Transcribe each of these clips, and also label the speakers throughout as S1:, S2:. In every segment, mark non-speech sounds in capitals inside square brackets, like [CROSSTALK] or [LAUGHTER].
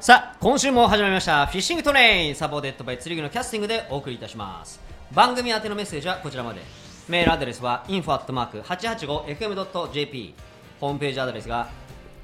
S1: さあ今週も始まりましたフィッシングトレインサポーテッドバイ釣り具のキャスティングでお送りいたします番組宛てのメッセージはこちらまでメールアドレスは info.885fm.jp ホームページアドレスが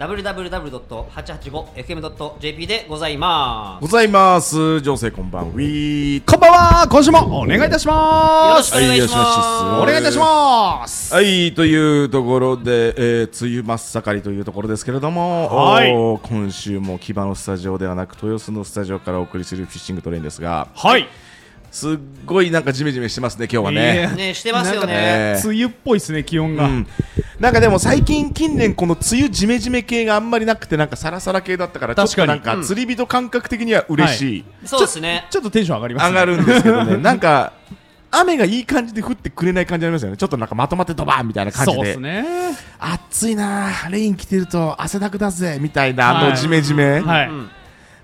S1: www.885fm.jp でございます
S2: ございます。女性こんばんウィー。
S3: こんばんは今週もお願いいたし
S1: よろ
S3: ま
S1: し
S3: す
S1: くお願いしま
S2: はい
S3: お
S2: よろ
S1: す
S2: し
S3: 願いいたします
S2: はい、というところで、えー、梅雨真っ盛りというところですけれども、
S3: はい
S2: おー今週も木場のスタジオではなく豊洲のスタジオからお送りするフィッシングトレインですが、
S3: はい
S2: すっごいなんかジメジメしてますね、今日は
S3: え
S2: ね。
S3: ー
S1: ねしてますよね
S2: えー
S3: 梅雨っぽいですね気温
S2: う
S3: が
S2: ん、なんかでも最近近年この梅雨ジメジメ系があんまりなくてなんかサラサラ系だったからちょっ
S3: 確
S2: と
S3: かに
S2: なんか釣り人感覚的には嬉しい、
S1: そうですね
S3: ちょっとテンション上がります
S2: [LAUGHS] 上がるんですけどねなんか雨がいい感じで降ってくれない感じありますよねちょっとなんかまとまってドバーンみたいな感じで
S3: そうですね
S2: 暑いなあレイン着てると汗だくだぜみたいなあ
S3: は
S2: の
S3: い
S2: ジメジメ、
S3: は
S1: うん
S3: い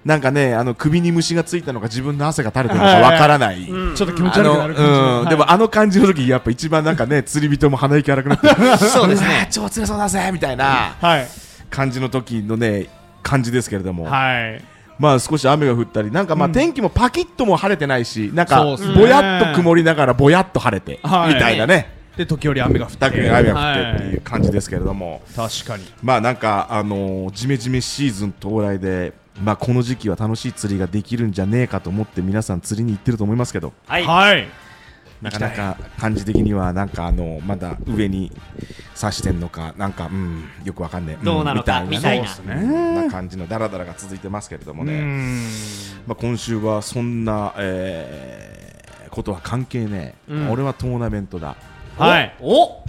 S2: なんかねあの首に虫がついたのか自分の汗が垂れてるのかわからない、
S1: うん
S3: ちょっと気持ち
S2: あ
S3: 悪
S2: の
S3: くなる感じの
S2: うん
S3: はい
S2: でもあの感じの時やっぱ一番なんかね釣り人も鼻息荒くなって
S1: そうですね
S2: わあ [LAUGHS] 超釣れそうだぜみたいな
S3: はい
S2: 感じの時のね感じですけれども、
S3: はい
S2: まあ少し雨が降ったりなんかまあ
S3: うん
S2: 天気もパキッとも晴れてないし、なんか
S3: そうっすね
S2: ぼやっと曇りながらぼやっと晴れて、
S3: はい
S2: みたいなね
S3: で時折雨が降って
S2: だけ雨が降ってっていう感じですけれども、
S3: はい確かに
S2: まあなんかあのージメジメシーズン到来でまあこの時期は楽しい釣りができるんじゃねえかと思って皆さん釣りに行ってると思いますけど
S1: はい
S3: はい
S2: なかなか感じ的にはなんかあのまだ上に刺してんのかなんかうんよくわかんねえ
S1: どうなのか
S2: ん
S1: みたいな
S2: そう
S3: ね
S2: な感じのダラダラが続いてますけれども
S3: う
S2: ね、
S3: ん
S2: まあ、今週はそんな、えーことは関係ねえ、
S1: うん
S2: 俺はトーナメントだ
S3: はい
S1: お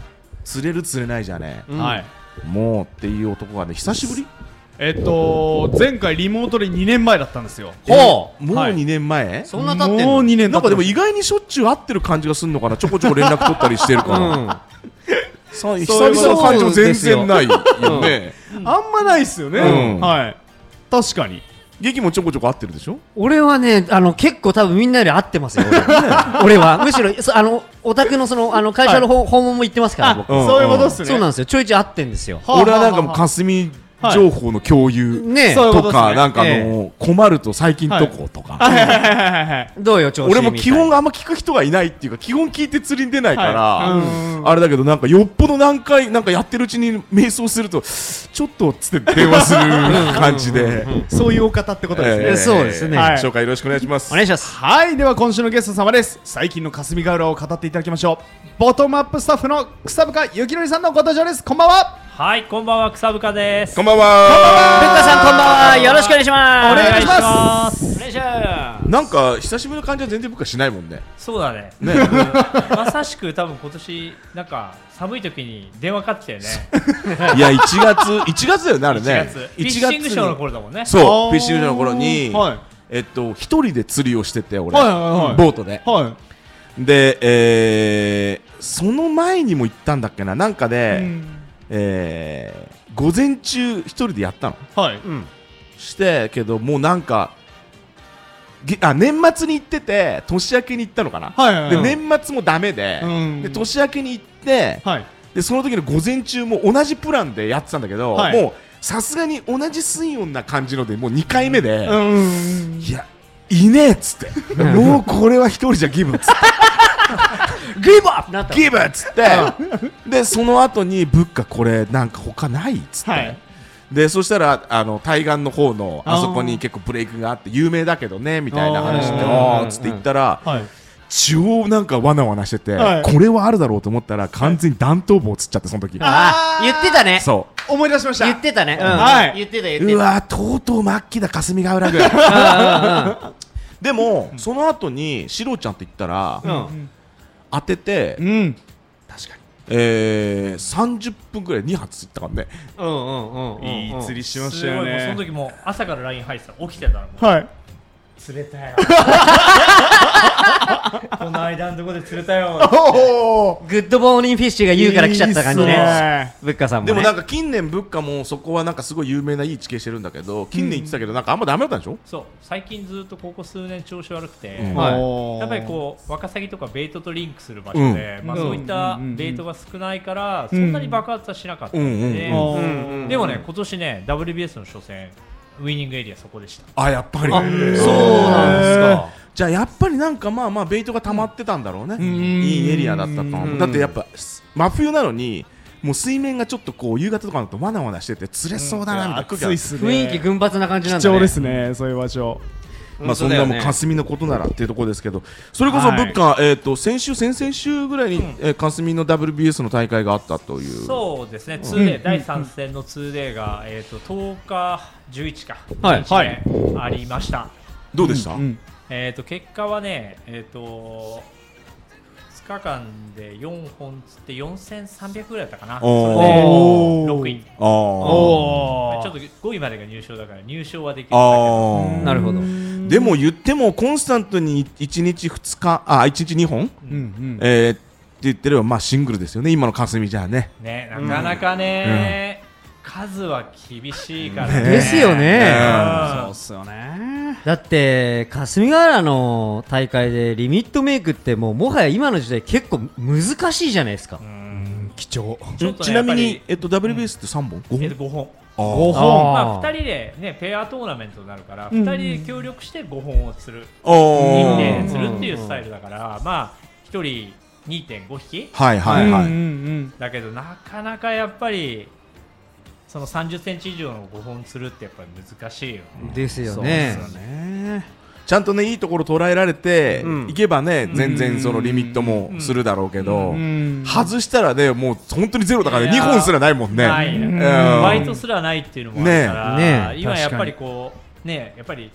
S2: 釣れる釣れないじゃねえ、
S1: うん
S3: はい
S2: もうっていう男がね久しぶり
S3: えっと前回リモートで2年前だったんですよ
S2: ほうもう
S3: はい
S2: 2年前、
S1: そんな経ってんの
S3: もう2年
S2: なん
S3: 経
S2: かで
S3: ってま
S2: も
S3: す
S2: 意外にしょっちゅう会ってる感じがするのかな、ちょこちょこ連絡取ったりしてるから、さ久
S1: そういうこと
S2: 々の感じも全然ないよね、
S3: あんまないっすよね、
S2: うん
S3: はい確かに
S2: 劇もちょこちょこ会ってるでしょ、
S1: 俺はね、あの結構多分みんなより合ってますよ。俺 [LAUGHS] 俺はむしろそあのオタクのそのあの会社の方訪問も行ってますから。僕
S2: うん
S3: そういうことっすね
S1: そうなんですよ。ちょいちょい合ってんですよ。
S3: はあ
S2: 俺はなんかもう、霞情報の共有、
S1: ねえ
S3: そういうこと
S2: と
S3: っす
S2: か、
S3: ね
S2: なん [LAUGHS] かあの困ると最近どことか、
S3: はいはいはいはいはい
S1: どうよ調子みた
S2: 俺
S1: いな
S2: も基本あんま聞く人がいないっていうか、基本聞いて釣りに出ないから。
S3: はいうん
S2: あれだけどなんかよっぽど何回なんかやってるうちに瞑想するとちょっとつって電話する感じで
S3: そういうお方ってことですね、
S1: えそうですね
S2: はい
S3: はい
S2: 紹介よろしくお願いします
S1: お願いします。
S3: はいでは今週のゲスト様です最近の霞ヶ浦を語っていただきましょうボトムアップスタッフの草深ゆきのりさんのご登場ですこんばんは
S4: はい、こんばんは、草深です。
S2: こんばんは
S1: 文化さんこんばんは。よろしくお願いします。
S3: お願いします
S4: す。
S1: お願いしま
S2: なんか久しぶりの感じは全然僕はしないもんね
S4: そうだね。
S2: ね
S4: まさしく多分今年なんか寒い時に電話かかってきたよね。
S2: いや1月1月だよねあれ
S4: 1
S2: ね
S4: 月。フィ
S2: 1月
S4: ッシ
S2: に
S4: ングショーの頃だもんね。
S2: そう
S3: あー
S2: フィッシングショーの頃に
S3: はい
S2: えっと一人で釣りをしてて俺
S3: はいはいはい
S2: ボートで
S3: は
S2: でえーその前にも行ったんだっけななんか
S3: い、
S2: でえー午前中一人でやったの
S3: はい
S2: してけどもうなんかげあ年末に行ってて年明けに行ったのかな、
S3: はいはいはい
S2: で年末もダメで,、
S3: うん
S2: で年明けに行って、
S3: はい
S2: でその時の午前中も同じプランでやってたんだけど、
S3: はい
S2: もうさすがに同じ水温な感じのでもう2回目で、
S3: うん
S2: いやいねえっつって
S3: [LAUGHS]
S2: もうこれは一人じゃギブっつってギブア
S1: なった
S2: ップギブっつってでその後に「ブッカこれなんか他ない?」っつって、
S3: はい
S2: でそしたらあの対岸の方の
S3: あー
S2: あそこに結構ブレイクがあって有名だけどねみたいな話で「
S3: あー
S2: あーっつって言ったら
S3: はい
S2: 血をなんかわなわなしてて、
S3: はい
S2: これはあるだろうと思ったら完全に弾頭棒つっちゃってその時
S1: あ、言ってたね。
S2: そ
S3: 思い出しました
S1: 言ってたね。うん
S3: はい
S1: 言ってた言っ
S2: う
S1: て
S2: う
S1: た。
S2: わーとうとう末期だ霞ヶ浦ぐでも、その後にシロちゃんと言ったら、
S1: うんうん
S2: 当てて、
S3: うん
S2: えー、30分ぐらい2発いったからね、
S1: うんうんうんうんうん。
S3: いい釣りしまし
S4: す
S3: た
S4: ごい、
S3: よ
S4: もうその
S3: ね
S4: 時もう朝から LINE 入ってた起きてたら [LAUGHS] もう
S3: はい
S4: 釣れたよこの間のとこで釣れたよ
S3: おお
S1: グッドモーニングフィッシュが言うから来ちゃった感じね。文化さんも
S2: で
S1: ね。
S2: もなんか近年物価もそこはなんかすごい有名ないい地形してるんだけど近年行ってたけどなんかあんまダメだったんでしょ、
S4: そう、最近ずっとここ数年調子悪くて、
S2: うん
S3: はい
S4: やっぱりこうワカサギとかベイトとリンクする場所で、まあ、
S1: うん
S4: そういったベイトが少ないから、そんなに爆発はしなかったんで、
S2: うんうんうん
S3: うん
S4: でもね、今年ね、WBS の初戦、ウィニングエリアそこでした
S2: あやっぱりそう
S1: なんですか
S2: じゃあやっぱりなんかまあまあベイトが溜まってたんだろうね、
S3: ん
S2: いいエリアだったと思
S1: うん
S2: うだってやっぱす真冬なのにもう水面がちょっとこう夕方とかだとわなわなしてて釣れそうだなみたいな空気がある
S3: 暑いっすね
S1: 雰囲気群発な感じなん
S3: 貴
S1: だね
S3: 重ですねそういう場所
S2: まあそんなもう霞のことならっていうところですけどそれこそ
S4: はい
S2: 物価、えっと先週先々週ぐらいに、えー霞の WBS の大会があったという
S4: そうですね、2デー、第3戦の2デーが、えー、と10日、11か、
S1: はい
S4: 11ねありました、
S2: どうでした、
S3: うん
S4: えー、と結果はね、えー、と2日間で4本つって4300ぐらいだったかな、
S2: おー
S4: それで
S3: おー
S4: 6位、
S2: あー
S4: ちょっと5位までが入賞だから、入賞はできるんだ
S2: あー
S1: なるほど
S2: でも言ってもコンスタントに1日2日あ1日2本、
S3: うんうん
S2: えーって言ってればまあシングルですよね今の霞じゃあね
S4: けど、ね、なかなかね、数は厳しいからね。
S1: ですよ
S4: うん
S1: ね
S3: そうっすよね
S1: だって霞ヶ浦の大会でリミットメイクってもうもはや今の時代結構難しいじゃないですか
S3: 貴重
S4: ちょっとね
S2: ちなみ
S4: やっぱ
S2: に
S4: り、
S2: えっと、WBS って3本、五
S4: えっ
S2: 本
S4: と5本
S2: 五
S1: 本あー
S4: まあ、2人で、ね、ペアトーナメントになるから、2人で協力して5本を釣る、
S2: 本
S4: 2名
S1: ね
S4: で釣るっていうスタイルだから、まあ、1人2.5匹
S2: はいはいはい、
S3: い
S4: だけど、なかなかやっぱり、その30センチ以上の5本釣るってやっぱり難しいよね。
S1: ですよ
S3: で
S1: ね
S3: すよね
S2: ちゃんとねいいところ捉えられて、
S1: うん
S2: いけばね全然そのリミットもするだろうけど、
S3: うん
S2: 外したらねもう本当にゼロだから
S4: いやー
S2: 2本すらないもんね
S4: ない
S2: うん
S4: バイトすらないっていうのもあるから、
S1: ねえねえ
S4: 今やっぱりこうねやっぱり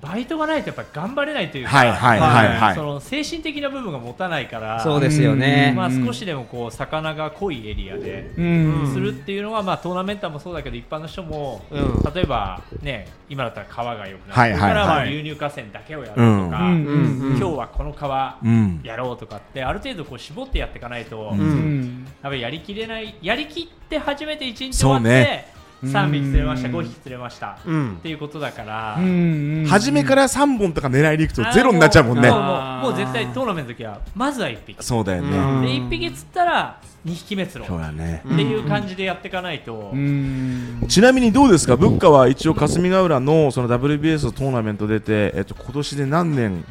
S4: バイトがないとやっぱり頑張れないというか、
S2: はいはいはいはい
S4: その精神的な部分が持たないから
S1: そうですよね
S4: まあ、少しでもこう魚が濃いエリアで
S3: うん
S4: するっていうのは、まあ、トーナメンターもそうだけど一般の人も、
S1: う
S4: 例えば、ね、今だったら川が良くなる、
S2: はいはいはい
S4: それからまあ流入河川だけをやるとか、
S3: うん
S1: うんうん
S4: 今日はこの川
S2: うん
S4: やろうとかってある程度こう絞ってやっていかないと。
S2: うん
S3: うん
S4: やっぱりやりきれないやりきって初めて1日終
S2: そ
S4: わ
S2: う
S4: って、
S2: ね
S4: 3匹釣れまし
S3: う
S4: た
S3: ん
S4: 5匹釣れました、
S1: うん
S4: っていうことだから、
S3: うんうん
S2: 初めから3本とか狙いに行くと
S4: あー
S2: ゼロになっちゃうもんね
S4: もうも
S1: あー
S4: うもう絶対トーナメントの時はまずは1匹
S2: そうだよね、
S1: うん
S4: で1匹釣ったら2匹目釣ろ
S2: そう
S4: う
S2: だね
S4: っていう感じでやっていかないと、
S3: うん
S2: ちなみにどうですか物価は一応霞ヶ浦のその WBS のトーナメント出て、えっと、今年で何年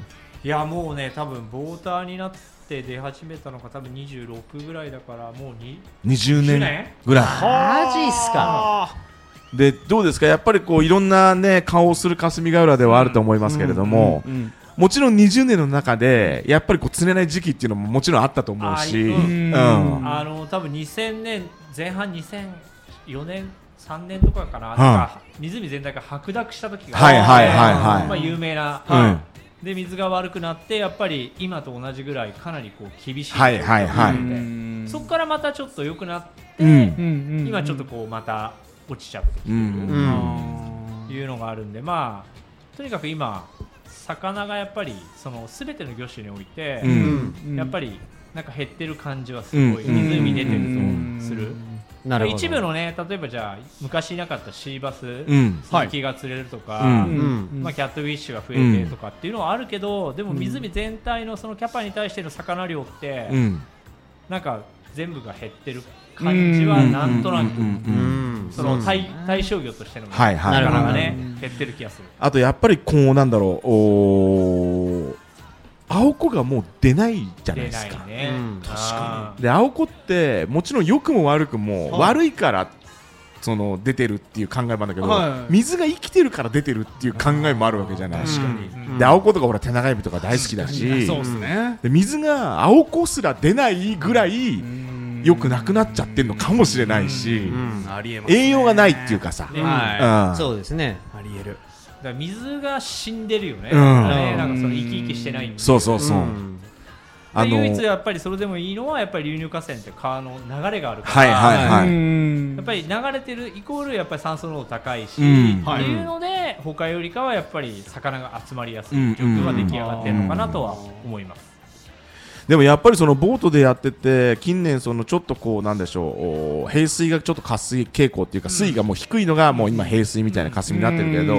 S4: いやもうね多分ボーターになって出始めたのが多分26ぐらいだからもう2
S2: 20
S4: 10
S2: 年
S4: 年
S2: ぐらい
S1: マジっすか
S2: でどうですかやっぱりこういろんなね顔をする霞ヶ浦ではあると思いますけれども、もちろん20年の中でやっぱりこう釣れない時期っていうのももちろんあったと思うし、
S4: あー
S2: うん
S4: あの多分2000年前半2004年3年とかかな,、
S2: い
S4: なんか湖全体が白濁した時が
S2: はいはいはいはい
S4: まあ、有名な、
S2: うん
S4: で水が悪くなってやっぱり今と同じぐらいかなりこう厳しい
S2: はいはいはい
S4: 状況でそこからまたちょっと良くなって、
S2: うん
S4: 今ちょっとこうまた落ちちゃってき
S2: う
S4: てる
S1: うんん
S4: いうのがあるんで、まあとにかく今魚がやっぱりその全ての魚種において、
S2: うん
S4: やっぱ
S3: り
S4: りなんか減ってる感じはすごい
S2: うん
S4: 湖出てる
S2: うん
S4: とする、
S1: なるほど
S4: 一部のね例えばじゃあ昔いなかったシーバス、
S2: うん
S4: サキが釣れるとか、
S2: うん
S1: うん
S4: まあ、キャットウィッシュが増えてとかっていうのはあるけど、でも湖全体のそのキャパに対しての魚量って、
S2: うん
S4: なんか全部が減ってる感じはなんとなく、
S2: うんうん
S1: うん
S4: その対対象魚としての
S2: はい
S4: 魚
S2: はい
S1: なるほ
S4: が
S1: ど
S4: ね、減ってる気がする。
S2: あとやっぱりこうなんだろうおー青子がもう出ないじゃない
S4: 出
S2: です
S4: な
S2: か
S4: いね、
S1: うん
S4: 確か
S2: で青子ってもちろん良くも悪くも
S3: はい
S2: 悪いからその出てるっていう考えもあるんだけど、
S3: はい
S2: 水が生きてるから出てるっていう考えもあるわけじゃないですか、
S4: に
S1: うん
S2: で青子とかほら手長エビとか大好きだし
S3: そうですね
S2: で水が青子すら出ないぐらい良くなくなっちゃってるのかもしれないし
S1: うん
S3: ありえますね
S2: 栄養がないっていうかさ、
S4: ね
S2: う
S3: は
S2: ん
S1: そうですね
S3: いありえる
S4: だから水が死んでるよね、
S2: うん
S4: なんかねなんかその生き生きしてないんで
S2: そうそうそう、
S1: うん
S2: あの
S4: 唯一やっぱりそれでもいいのはやっぱり流入河川って川の流れがあるか
S2: はい
S4: ら、
S2: はいはい、
S3: や
S4: やっぱり流れてるイコールやっぱり酸素濃度高いし、
S2: うん
S4: っていうので他よりかはやっぱり魚が集まりやすい状況が出来上がってるのかなとは思います。
S2: でもやっぱりそのボートでやってて近年そのちょっとこうなんでしょうおー平水がちょっと下水傾向っていうか水位がもう低いのがもう今平水みたいな霞になってるけど、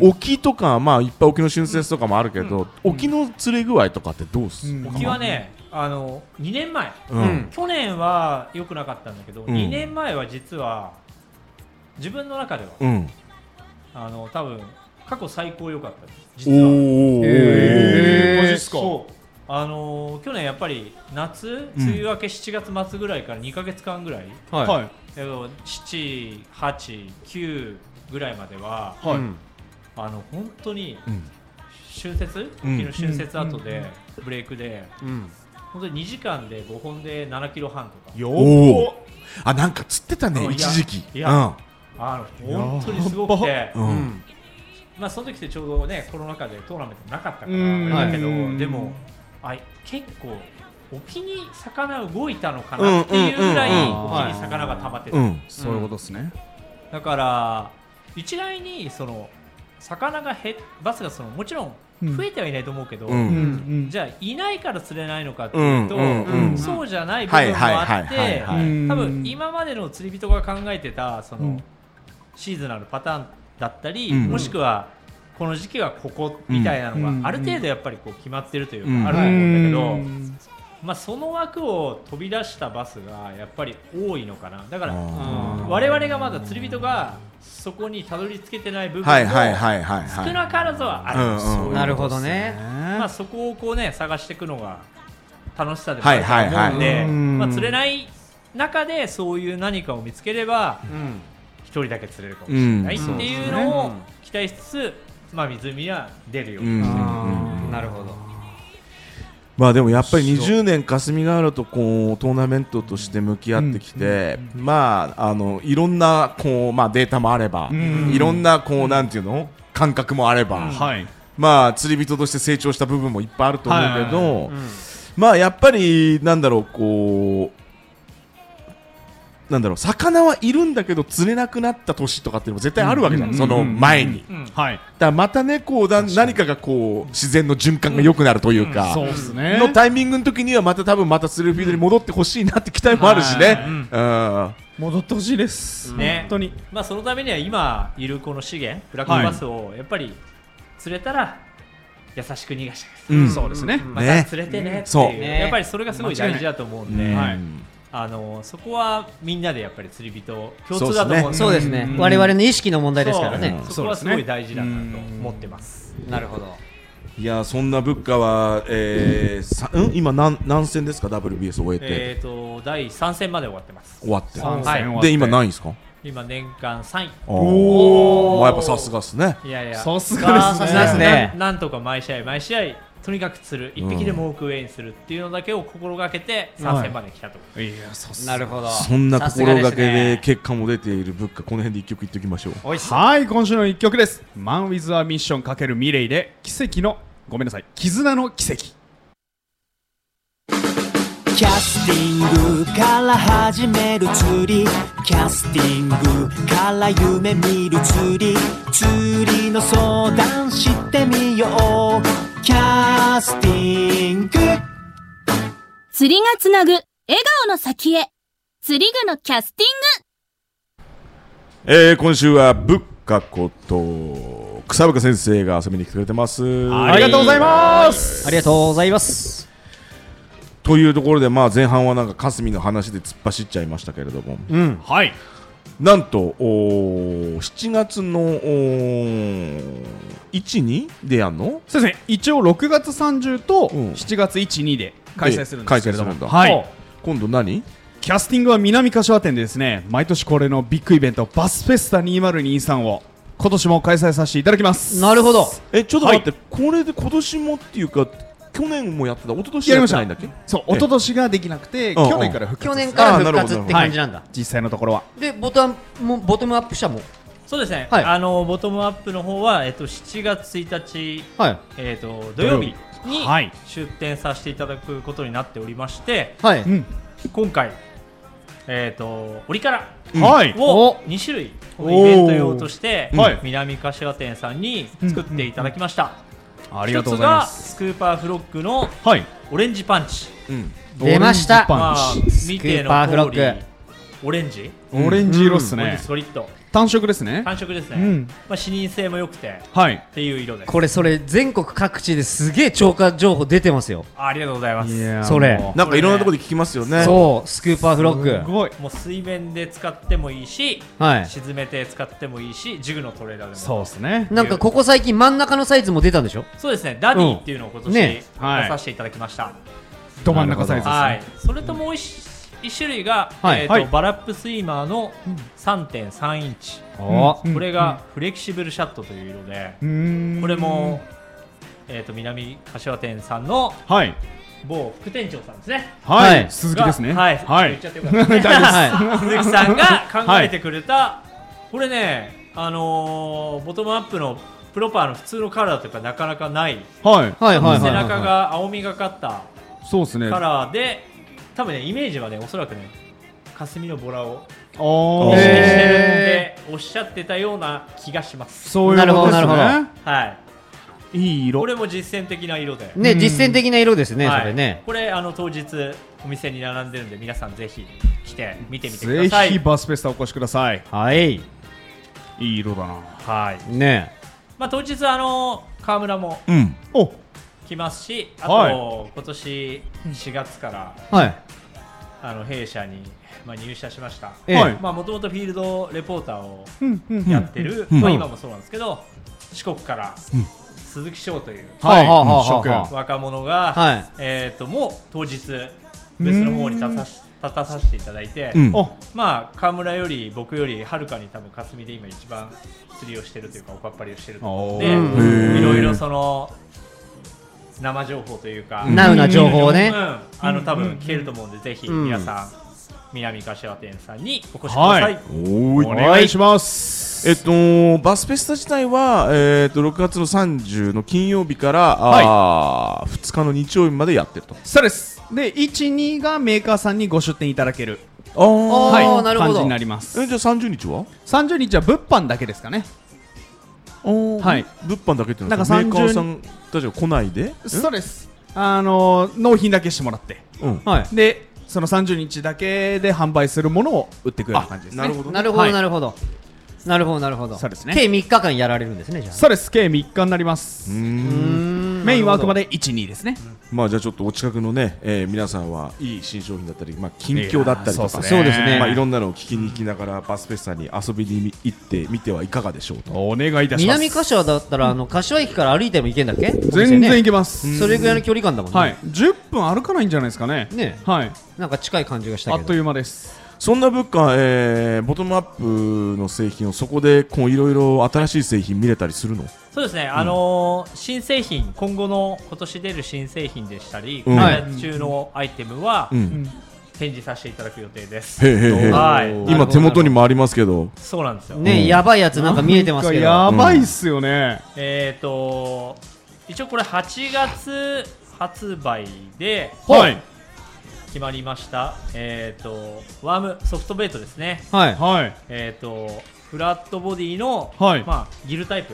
S2: 沖とかまあいっぱい沖の浚渫とかもあるけど、沖の釣れ具合とかってどうっす、
S3: うん
S4: 沖はね、あの2年前、
S2: う
S1: う
S2: ん
S1: ん
S4: 去年は良くなかったんだけど、
S2: うん
S4: 2年前は実は自分の中では
S2: うん
S4: あの多分過去最高良かったです
S2: お
S4: 実は
S2: ー
S3: へーマジっすか
S4: そうあのー去年やっぱり夏梅雨明け7月末ぐらいから2か月間ぐらい、
S1: はい
S3: はい
S4: えっと789ぐらいまでは
S3: はい、
S4: あの本当に
S2: うん
S4: 春節、
S2: うん
S4: 昨日春節後で、ブレイクで
S1: うん
S4: 本当に2時間で5本で7キロ半とか
S3: よ
S2: お
S3: ー
S2: ーあなんか釣ってた
S4: い
S2: ね
S4: や
S2: 一時期
S4: い
S2: うん
S4: やあの本当にすごくて、
S2: う
S1: うんん
S4: まあ、その時ってちょうどねコロナ禍でトーナメントなかったから
S3: うん
S4: あれだけど、
S3: はい
S4: でもあ結構沖に魚動いたのかなっていうぐらい
S2: うんうん
S3: うんうん
S4: 沖に魚が溜まってた、
S2: うん
S1: そういうこと
S3: ですね、
S4: だから一概にその魚が減っバスがそのもちろん増えてはいないと思うけど、
S2: うん
S3: うん
S4: じゃあいないから釣れないのかっていうと、
S2: うん
S3: うんうん
S4: そうじゃない部分もあっ
S2: はいはいはい
S4: て
S2: はいはい
S4: 多分今までの釣り人が考えてたその、
S3: うん
S4: シーズナルパターンだったり、
S2: うん
S4: もしくはこの時期はここみたいなの
S3: うん
S4: がある程度やっぱりこう決まってるというか、
S2: うん
S4: あると思うんだけど、
S3: うん
S4: まあ、その枠を飛び出したバスがやっぱり多いのかなだから
S2: あー
S4: 我々がまだ釣り人がそこにたどり着けてない部分も
S2: はいはい
S4: 少
S2: はいはいはい
S4: なからずはある、
S2: うんうん
S1: なるほどね
S4: まあ、そこをこうね探していくのが楽しさでもあると思うん
S2: はい
S1: はい
S4: で
S1: はい
S3: うん
S4: まあ釣れない中でそういう何かを見つければ
S1: うん
S4: 一人だけ釣れるかもしれないっていうの
S1: う
S4: を
S1: ん
S4: 期待しつつ、まあ、湖には出るよ、
S2: うん
S1: あーなるほど
S2: まあでもやっぱり20年霞ヶ浦とこうトーナメントとして向き合ってきて、まああのいろんなこうまあデータもあれば、
S3: うん
S2: いろんなこうなんていうの感覚もあれば、
S3: はい
S2: まあ釣り人として成長した部分もいっぱいあると思うけど、
S1: うん
S2: まあやっぱりなんだろうこうなんだろう魚はいるんだけど釣れなくなった年とかっていうのも絶対あるわけじゃん、
S3: うん
S2: その前に、だか
S3: はい
S2: らまたねこうだ何かがこう自然の循環が良くなるというか、
S3: そうですね
S2: のタイミングの時にはまた多分またスルーフィールドに戻ってほしいなって期待もあるしね。う
S3: 戻ってほしいです、
S4: ね
S3: 本当に
S4: まあ、そのためには今いるこの資源ブラックバスをやっぱり釣れたら優しく逃がしてください、
S2: うん
S3: そうですね
S4: ま
S2: ね
S4: た釣れてねってい
S2: そう
S4: う、
S1: ね
S4: やっぱりそれがすごい大事だと思うんで、
S2: ん
S3: はい
S4: あのそこはみんなでやっぱり釣り人共
S2: そうっ
S4: 通
S2: すね
S4: だと思うん
S1: そうですね、我々の意識の問題ですからね、
S4: そうそこはすごい大事だなと思ってます、
S1: なるほど、
S2: いやそんな物価は、えーさん、今何何戦ですか WBS 終えて、
S4: えっ、と第3戦まで終わってます
S2: 終わって
S3: 参戦
S4: はい
S3: 終わって
S2: で今何位ですか
S4: 今年間3位
S2: おお、まあ、やっぱさすがっすね
S4: いやいや
S3: さすがですね
S1: さすがですね
S4: ななんとか毎試合毎試合とにかく釣る一匹でも多くウェインするっていうのだけを心がけて3戦まで来たと、
S3: いやさす
S1: なるほど、
S2: そんな心
S1: さすが
S2: がけで
S1: すね
S2: 結果も出ている物価この辺で一曲いっておきましょう
S1: おいっす
S3: はい今週の一曲ですマン・ウィズ・ア・ミッション×ミレイで奇跡のごめんなさい絆の奇跡
S5: キャスティングから始める釣りキャスティングから夢見る釣り釣りの相談してみようキャスティング
S6: 釣りがつなぐ笑顔の先へ釣り具のキャスティング
S2: えー、今週は物価こと草深先生が遊びに来てくれてます
S3: ありがとうございます
S1: ありがとうございます。
S2: というところで、まあ、前半はなんか霞の話で突っ走っちゃいましたけれども、
S1: うん、
S3: はい
S2: なんとおー7月の12でやんの
S3: そうですね一応6月30と
S2: うん
S3: 7月12で開催するんですけれども、
S2: で開催するんだ
S3: はい
S2: 今度何
S3: キャスティングは南柏店でですね毎年恒例のビッグイベントバスフェスタ2023を今年も開催させていただきます
S1: なるほど、
S2: えちょっと待って、これで今年もっていうか去年もやってた一昨年やってないんだっけ
S3: そう一昨年ができなくて
S2: うんうん
S3: 去年から復
S1: 去
S3: 活
S1: 年から
S2: あーな
S1: 復
S2: るほど
S1: 活って感じなんだ。
S3: 実際のところは
S1: で、ボタンもボトムアップしたもん。
S4: そうですね、
S1: はい
S4: あのボトムアップの方は、えっと、7月1日、
S1: はい、
S4: えっと、土曜日に
S3: はい
S4: 出店させていただくことになっておりまして、
S1: はい、
S3: ん
S4: 今回、えっと、折から
S3: はい
S1: お
S4: を2種類このイベント用として、
S3: おーはい
S4: 南柏店さんに作っていただきました、
S3: あ
S4: 一
S3: りがとう
S4: つ
S3: ございま
S4: が
S3: す
S4: スクーパーフロックの
S3: はい
S4: オレンジパンチ、
S2: うん
S1: 出ました
S3: オレンジパン
S4: まあ、見ての
S1: スクーパーフロ
S4: 通り
S1: ッ
S4: オレンジ
S3: オレンジ色っす
S4: オレン
S3: ね
S4: ジ、ソリッド
S3: 単色ですね。
S4: 単色ですね、
S3: うん
S4: まあ、視認性も良くて
S3: はい。
S4: っていう色です
S1: これそれ全国各地ですげえ超過情報出てますよ
S4: あありがとうございます
S3: やー
S1: それ
S3: も
S2: なんかいろんなところで聞きますよね。
S1: そうスクーパーフロ
S3: う
S1: ッ
S3: す
S1: グ
S3: ごい。
S4: もう水面で使ってもいいし、
S1: はい
S4: 沈めて使ってもいいしジグのトレーダーでも
S3: そうですね。
S1: なんかここ最近真ん中のサイズも出たんでしょ
S4: そうですねダディっていうのを今年、
S1: うんね
S3: はい
S4: 出させていただきました、
S3: ど真ん中サイズですね。
S4: はい、それともう一一種類が、
S1: はい
S4: えーと
S3: はい
S4: バラップスイマーの3.3インチ、
S1: お
S3: うん
S4: これがフレキシブルシャットという色で、
S3: うーん
S4: これも、えー、と南柏店さんの
S3: はい。
S4: 某副店長さんで
S1: [LAUGHS]
S4: すね。
S3: は
S1: はい
S3: い。鈴木ですね。
S4: がはい、
S3: はい
S4: 言っちゃってよかったですね
S1: は
S4: 鈴木さんが考えてくれた、これね、あのーボトムアップのプロパーの普通のカラーとかなかなかない、
S3: はい。
S1: いはいはいはい
S4: 背
S1: はい
S4: 中が青みがかった
S3: そうですね。
S4: カラーで、多分ね、イメージはね、おそらくね、霞のボラを
S3: お
S4: 意
S3: ー
S4: 識してるん
S1: へ
S4: で、おっしゃってたような気がします。
S3: そういうことです
S1: なるほどなる
S3: ね。
S4: はい、
S3: いい色
S4: こ。れも実践的な色で。
S1: ね
S3: うん
S1: 実践的な色ですね
S4: はい
S1: それね
S4: これあの当日お店に並んでるんで皆さんぜひ来て見てみてく
S3: ぜ
S4: ださい
S3: ひバスフェスタお越しください。
S1: はい
S3: いい色だな。
S4: はい
S1: ね
S4: まあ、当日あの川村も
S2: うん。
S3: お、
S4: 来ますしあと、
S3: は
S4: 今年4月から
S1: はい
S4: あの弊社に、まあ、入社しました
S1: ええ
S3: はい
S4: まあもともとフィールドレポーターを
S3: うんうん
S4: やってる、
S2: うん
S4: まあ、
S2: うん
S4: 今もそうなんですけど四国から鈴木翔という
S3: はい。
S1: はあはあはあ
S3: うん諸君
S4: 若者が、
S1: はい
S4: えー、ともう当日ブースの方に立たし立たさせていただいて、
S2: うん。
S3: お、
S4: まあ川村より僕よりはるかに多分霞で今一番釣りをしてるというかおかっぱりをしてると思うん
S3: お
S1: ー
S4: でいろいろその生情報というか
S1: ナウな情報を
S4: う
S1: ね
S4: んあの多分聞けると思うんでぜひ
S1: うん
S4: 皆さん南柏店さんにお越しくださ
S3: はいい
S2: お
S3: お
S2: ーい
S3: 願いします。
S2: えっと、バスフェスタ自体は、えっと6月の30の金曜日から、あー2日の日曜日までやってると。
S3: そうです。で、1、2がメーカーさんにご出店いただける
S2: あー
S1: はい
S3: 感
S1: なるほど
S3: じになります
S2: え。じゃあ30日は
S3: 30日は物販だけですかね。はい。
S2: 物販だけっていうのは
S3: なんか
S2: メーカー
S3: 30
S2: さんたちが来ないで
S3: そうです。あのー納品だけしてもらって、
S2: うん。
S1: はい
S3: で、その30日だけで販売するものを売ってくれる感じですね。
S2: なるほどね
S1: なるほ
S3: は
S1: ど
S3: い
S1: なるほどなるほどなるほど
S3: そうですね
S1: 計3日間やられるんですねじゃあ
S3: そうです。計3日になります。
S2: うー
S1: うー
S2: ん
S1: ん
S3: メインはあくま
S1: で
S3: で1、2ですね。
S2: まあじゃあちょっとお近くのね、えー皆さんはいい新商品だったり、まあ、近況だったりと
S3: いや
S2: か
S3: ーそうですねそうですね
S2: まあ、いろんなのを聞きに行きながらバスフェスタに遊びに行ってみてはいかがでしょうと。
S3: お願いいたします。
S1: 南柏だったらあの柏駅から歩いても行けんだっけ
S3: 全然行
S1: け
S3: けます。
S1: それぐらいの距離感だもんね
S3: はい。10分歩かないんじゃないですかね。
S1: ね
S3: はい。
S1: なんか近い感じがした
S3: あ
S1: けど
S3: っという間です。
S2: そんな物価、えーボトムアップの製品をそこでこういろいろ新しい製品見れたりするの
S4: そうですね、あのー新製品今後の今年出る新製品でしたり、
S2: うん
S4: 開発中のアイテムは
S2: うん、
S4: 展示させていただく予定です、
S2: へえへえへえ
S4: はい
S2: 今手元にもありますけど
S4: そうなんですよ、
S1: ね、やばいやつなんか見えてますけど。
S3: なんかやばいっすよね。
S4: えー、と一応これ8月発売で
S3: はい。
S4: 決まりました、えー、とワームソフトベイトですね、
S1: はい。
S3: はい。
S4: えー、とフラットボディの、
S3: はい
S4: まあ、ギルタイプ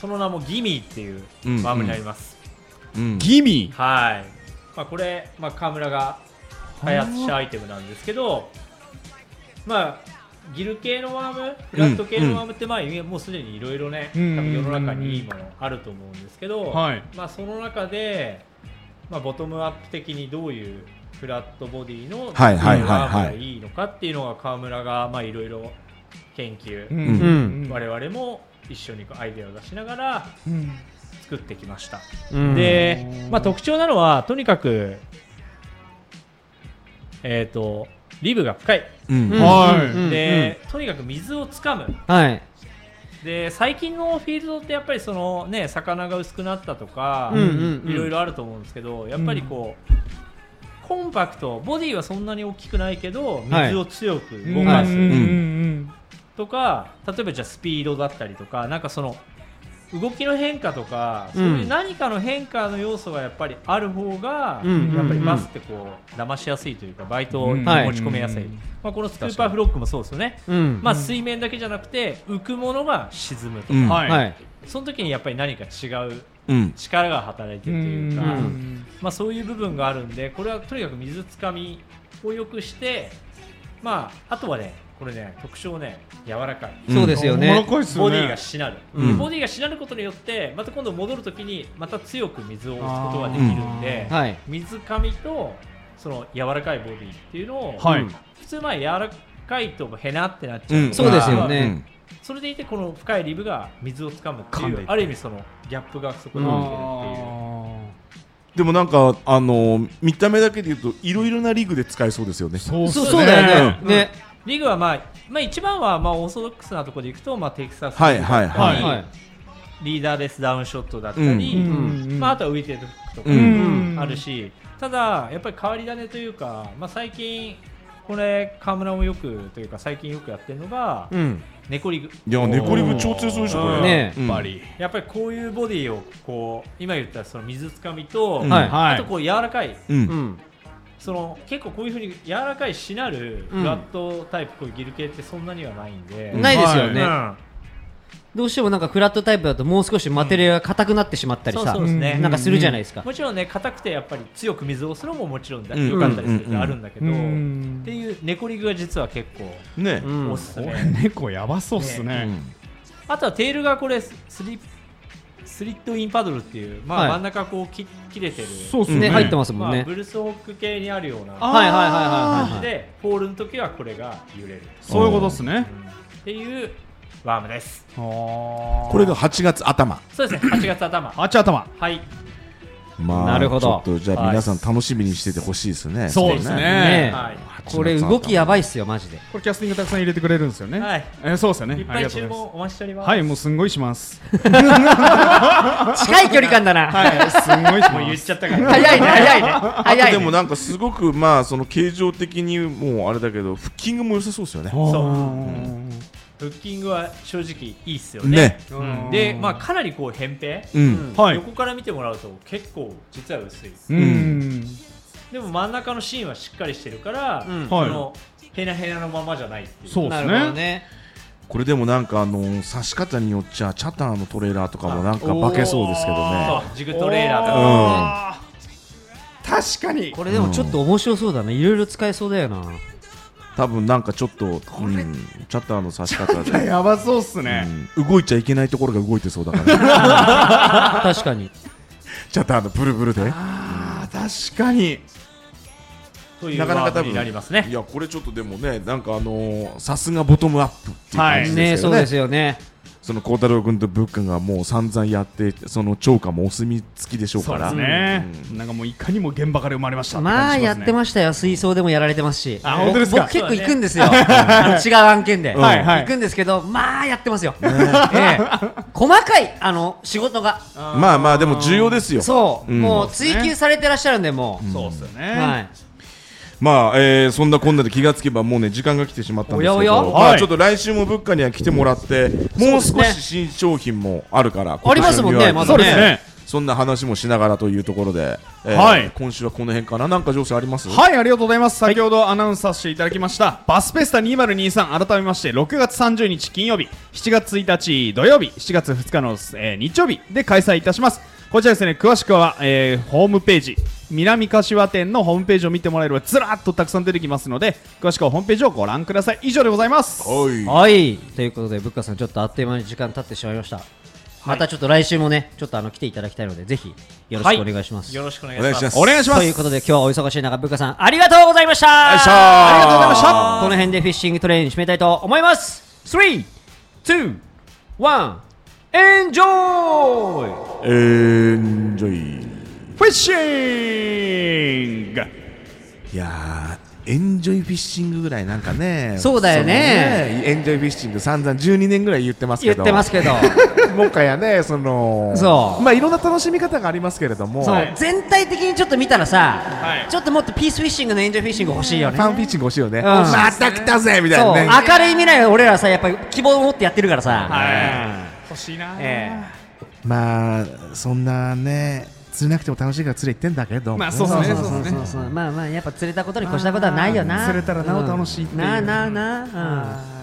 S4: その名もギミーっていう
S2: うん
S4: ワームになります、
S2: うん
S3: ギミ。
S4: はい、まあ、これ、まあ、河村が開発したアイテムなんですけどまあギル系のワームフラット系のワームって、まあ、もうすでにいろいろね多
S3: うん
S4: 分世の中にいいものあると思うんですけど、
S3: はい
S4: まあ、その中で、まあ、ボトムアップ的にどういうフラットボディのワ
S2: はいはいはいはい
S4: ームがいいのかっていうのが河村がまあいろいろ研究、
S1: ん
S4: 我々も一緒にこうアイデアを出しながら
S3: うん
S4: 作ってきました。
S1: うん、
S4: で
S3: う、ん
S4: まあ、特徴なのはとにかく、えー、とリブが深い、
S2: うん
S1: うん
S3: はい
S1: うん
S4: でとにかく水をつかむ
S1: うんはい。
S4: で最近のフィールドってやっぱりその、ね、魚が薄くなったとか、
S1: うんうんうん
S4: いろいろあると思うんですけどやっぱりこう、コンパクトボディはそんなに大きくないけど
S1: はい
S4: 水を強く動か
S3: う
S4: す
S3: んうん
S4: とか、例えばじゃあスピードだったりとかなんかその動きの変化とか、
S1: うん
S4: そういう何かの変化の要素がやっぱりある方が、
S1: うん
S4: やっぱりバスってこう騙しやすいというかバイトを
S3: うん
S4: 持ち
S1: はい
S4: 込めやすい、
S3: うん
S4: まあ、このスクーパーフロックもそうですよね、
S1: うん。
S4: まあ、水面だけじゃなくて浮くものが沈むとか、
S2: うん
S3: は
S1: あ
S3: い。
S1: はい。
S4: その時にやっぱり何か違う
S2: うん
S4: 力が働いて
S3: う
S4: るとい
S3: ん
S4: うか、
S1: ん
S4: まあ、そういう部分があるんでこれはとにかく水つかみを良くしてまああとはねこれね特徴ね柔らかい
S1: そうですよね。
S3: こいっすよ
S4: ボデ
S3: ね
S4: ィがしなる、
S2: うん
S4: ボディがしなることによってまた今度戻るときにまた強く水を押すことができるんで、
S1: あーはい
S4: 水上とその柔らかいボディっていうのを、
S3: はい
S4: 普通まあ柔らかいとへなってなっちゃう、
S2: ん
S1: そうですよね。
S4: それでいてこの深いリブが水を掴むって
S3: 噛ん
S4: い
S3: でいうく
S4: ある意味そのギャップがそこに起きてるっていう、
S2: でもなんかあの見た目だけで言うといろいろなリーグで使えそうですよね。
S3: そうっす
S1: そう
S3: ね
S1: そうだよね。ね。
S4: リーグはまあ、まあ、一番はまあオーソドックスなところでいくと、まあ、テキサス
S2: はいはいはいい。
S1: はい。
S4: リーダーレスダウンショットだったり、
S2: うん
S3: うん
S4: まあ、あとは浮いてるとか
S2: う
S3: うん
S4: あるし、ただやっぱり変わり種というか、まあ、最近これ河村もよくというか最近よくやってるのが、
S1: うん。
S4: ネコリグ
S2: いや猫リブ超強そうでしょこれ。
S1: ね
S2: うん
S3: やっぱり
S4: やっぱりこういうボディをこう今言ったその水つかみと、
S2: うん
S1: はい
S4: あ
S3: は
S4: と
S3: い
S4: こう柔らかい
S2: うん
S1: う。ん。
S4: その結構こういうふうに柔らかいしなる
S1: うん
S4: フラットタイプ、こういうギル系ってそんなにはないんで。
S1: ないですよ
S4: う
S1: ね。
S4: ん
S1: どうしてもなんかフラットタイプだともう少しマテリアが硬くなってしまったり
S4: そう
S1: さ
S4: そうで、すね、
S1: なんかするじゃないですか。
S4: もちろんね硬くてやっぱり強く水を押すのももちろんだ
S2: うん
S4: 良かったりするってあるんだけど、
S3: うん
S4: っていう猫リグが実は結
S2: ね
S1: う。
S4: 構
S1: ん
S4: おすすめ、
S3: 猫やばそうっす
S2: う
S3: ね
S2: ん
S4: あとはテールがこれスリスリットインパドルっていう、まあ
S1: はい
S4: 真ん中こう切切れてる
S3: そうっす
S1: ね、
S3: ね
S1: 入ってますも
S4: ま
S1: ん
S4: あ、
S1: ね。
S4: ブルースホック系にあるような
S3: あ
S1: はいはいはいはいはいはい。
S4: でフォールの時はこれが揺れる
S3: そういうことっすね
S4: っていうワームです
S3: こ
S2: これが8月頭。
S4: そうですね8月頭
S3: あっち頭
S4: はい
S2: まあ
S1: なるほど
S2: ちょっとじゃあ皆さん楽しみにしててほしいですね。
S3: そうです
S1: ね
S3: ね
S4: はい
S1: これ動きやばい
S2: い。
S1: っすよ、マジで。
S3: これキャスティングたくさん入れてくれるんですよね
S4: はい
S3: えーそうですよね
S4: いっ
S3: あ
S4: ぱ
S3: り
S4: い
S3: がとう
S4: 注
S3: ございます
S4: 文お待ちしております
S3: はいもうすんごいします
S1: 近い距離感だな。
S3: はい [LAUGHS] すんごいします
S4: もう言っちゃったから
S1: 早いね、早いね。
S2: あと
S1: 早い
S2: でも
S1: ね。
S2: なんかすごくまあその形状的にもうあれだけどフッキングも良さそうですよね。
S4: そう
S3: うん
S4: ブッキングは正直いいっすよね
S2: ね。
S4: うんで、まあ、かなりこう扁平、
S2: うん。
S3: はい
S4: 横から見てもらうと結構実は薄い
S3: うん
S4: でも真ん中の芯はしっかりしてるから、
S1: うん
S4: こ
S3: はい
S4: のヘナヘナのままじゃないっていう
S3: そうで
S1: な
S3: す
S1: るほど
S3: ね
S1: ね。
S2: これでもなんかあの刺し方によっちゃチャターのトレーラーとかもなんか化けそうですけど
S4: そう
S2: ね。
S4: ジグトレーラーと
S2: う
S4: か
S2: ん。
S3: 確かに
S1: これでもちょっと面白そうだね。いろいろ使えそうだよな。
S2: 多分なんかちょっと、うん、チャッターの差し方で、
S3: やばそうっすね
S2: うん動いちゃいけないところが動いてそうだから、
S1: 確かに。
S2: チャッターのブルブルで。
S3: あー確かに
S4: という
S2: なかな
S4: ワ
S2: か
S4: ー
S2: 多
S4: ド
S2: 分
S4: になりますね
S2: いやこれちょっとでもねなんかあのーさすがボトムアップっていう感じ
S1: ね
S2: です
S1: そ
S2: よ
S1: う
S2: ね。
S1: ですよね。
S2: その孝太郎君とブッ君がもう散々やってその超過もお墨付きでしょう
S3: そ
S2: か
S3: うで
S2: ら。
S3: すねなんかもういかにも現場から生まれました
S1: まあやって
S3: す
S1: ましたよ、水槽でもやられてますし、
S3: あ本当ですか
S1: 僕結構行くんですよ、あの違う案件で、
S3: はいはい
S1: 行くんですけど、まあやってますよ、ええ細かいあの仕事が、
S2: まあまあでも重要ですよ。
S1: そう、
S2: うん
S1: もう追求されてらっしゃるんで、もう、
S3: そうっすよね
S1: はい、
S2: まあ、えーそんなこんなで気がつけばもうね時間が来てしまったんですけど
S1: おやおや
S2: ま
S3: は
S2: あ、
S3: い
S2: ちょっと来週も物価には来てもらって、もう少し新商品もあるから、
S1: ありますもんね
S2: 今年の
S1: ま
S3: そ
S1: だ
S3: う
S1: ね
S3: ですね
S2: そんな話もしながらというところで、えー
S3: はい
S2: 今週はこの辺かななんか情勢あります
S3: はい、ありがとうございます。先ほどアナウンスさせていただきました、バスペスタ2023、改めまして6月30日金曜日、7月1日土曜日、7月2日の、えー日曜日で開催いたします。こちらですね、詳しくは、えーホームページ、南柏店のホームページを見てもらえれば、ずらっとたくさん出てきますので、詳しくはホームページをご覧ください。以上でございます。
S2: はい
S1: はい、ということで、ブッカさん、ちょっとあっという間に時間経ってしまいました、またちょっと来週もね、ちょっとあの来ていただきたいので、ぜひよろしくお願いします。
S4: よろしくお願い
S2: お願い
S4: し
S2: し
S4: ま
S2: ますす
S3: お願いしま
S1: と
S3: す。
S1: いうことで今日はお忙しい中ブッカさんありがとうございました
S2: よいしょー
S1: ありがとうございましたこの辺でフィッシングトレイン締めたいと思います321エンジョイ
S2: エンジョイ
S3: フィッシング
S2: いやーエンジョイフィッシングぐらいなんかね
S1: そうだよね
S2: そのエンジョイフィッシング散々12年ぐらい言ってます
S1: 言
S2: け
S1: っ
S2: ど
S1: てますけど
S2: もかやねその
S1: そう
S2: まあいろんな楽しみ方がありますけれども
S1: そう全体的にちょっと見たらさ
S3: はい
S1: ちょっともっとピースフィッシングのエンジョイフィッシング欲しいよ
S2: フ
S1: ね
S2: ァンフィッチング欲しいよね、
S1: ん
S2: また来たぜみたい
S1: そう
S2: な
S1: 明
S2: ね
S1: るい未来を俺らさやっぱり希望を持ってやってるからさ
S3: 欲しいな、
S1: え
S2: まあそんなね釣れなくても楽しいから釣れ行ってんだけど
S3: まあそうっすね
S1: そうそうそうそうまあまあやっぱ釣れたことに越したことはないよな
S3: 釣れたらなお楽しいっていう
S1: なあなあなあうん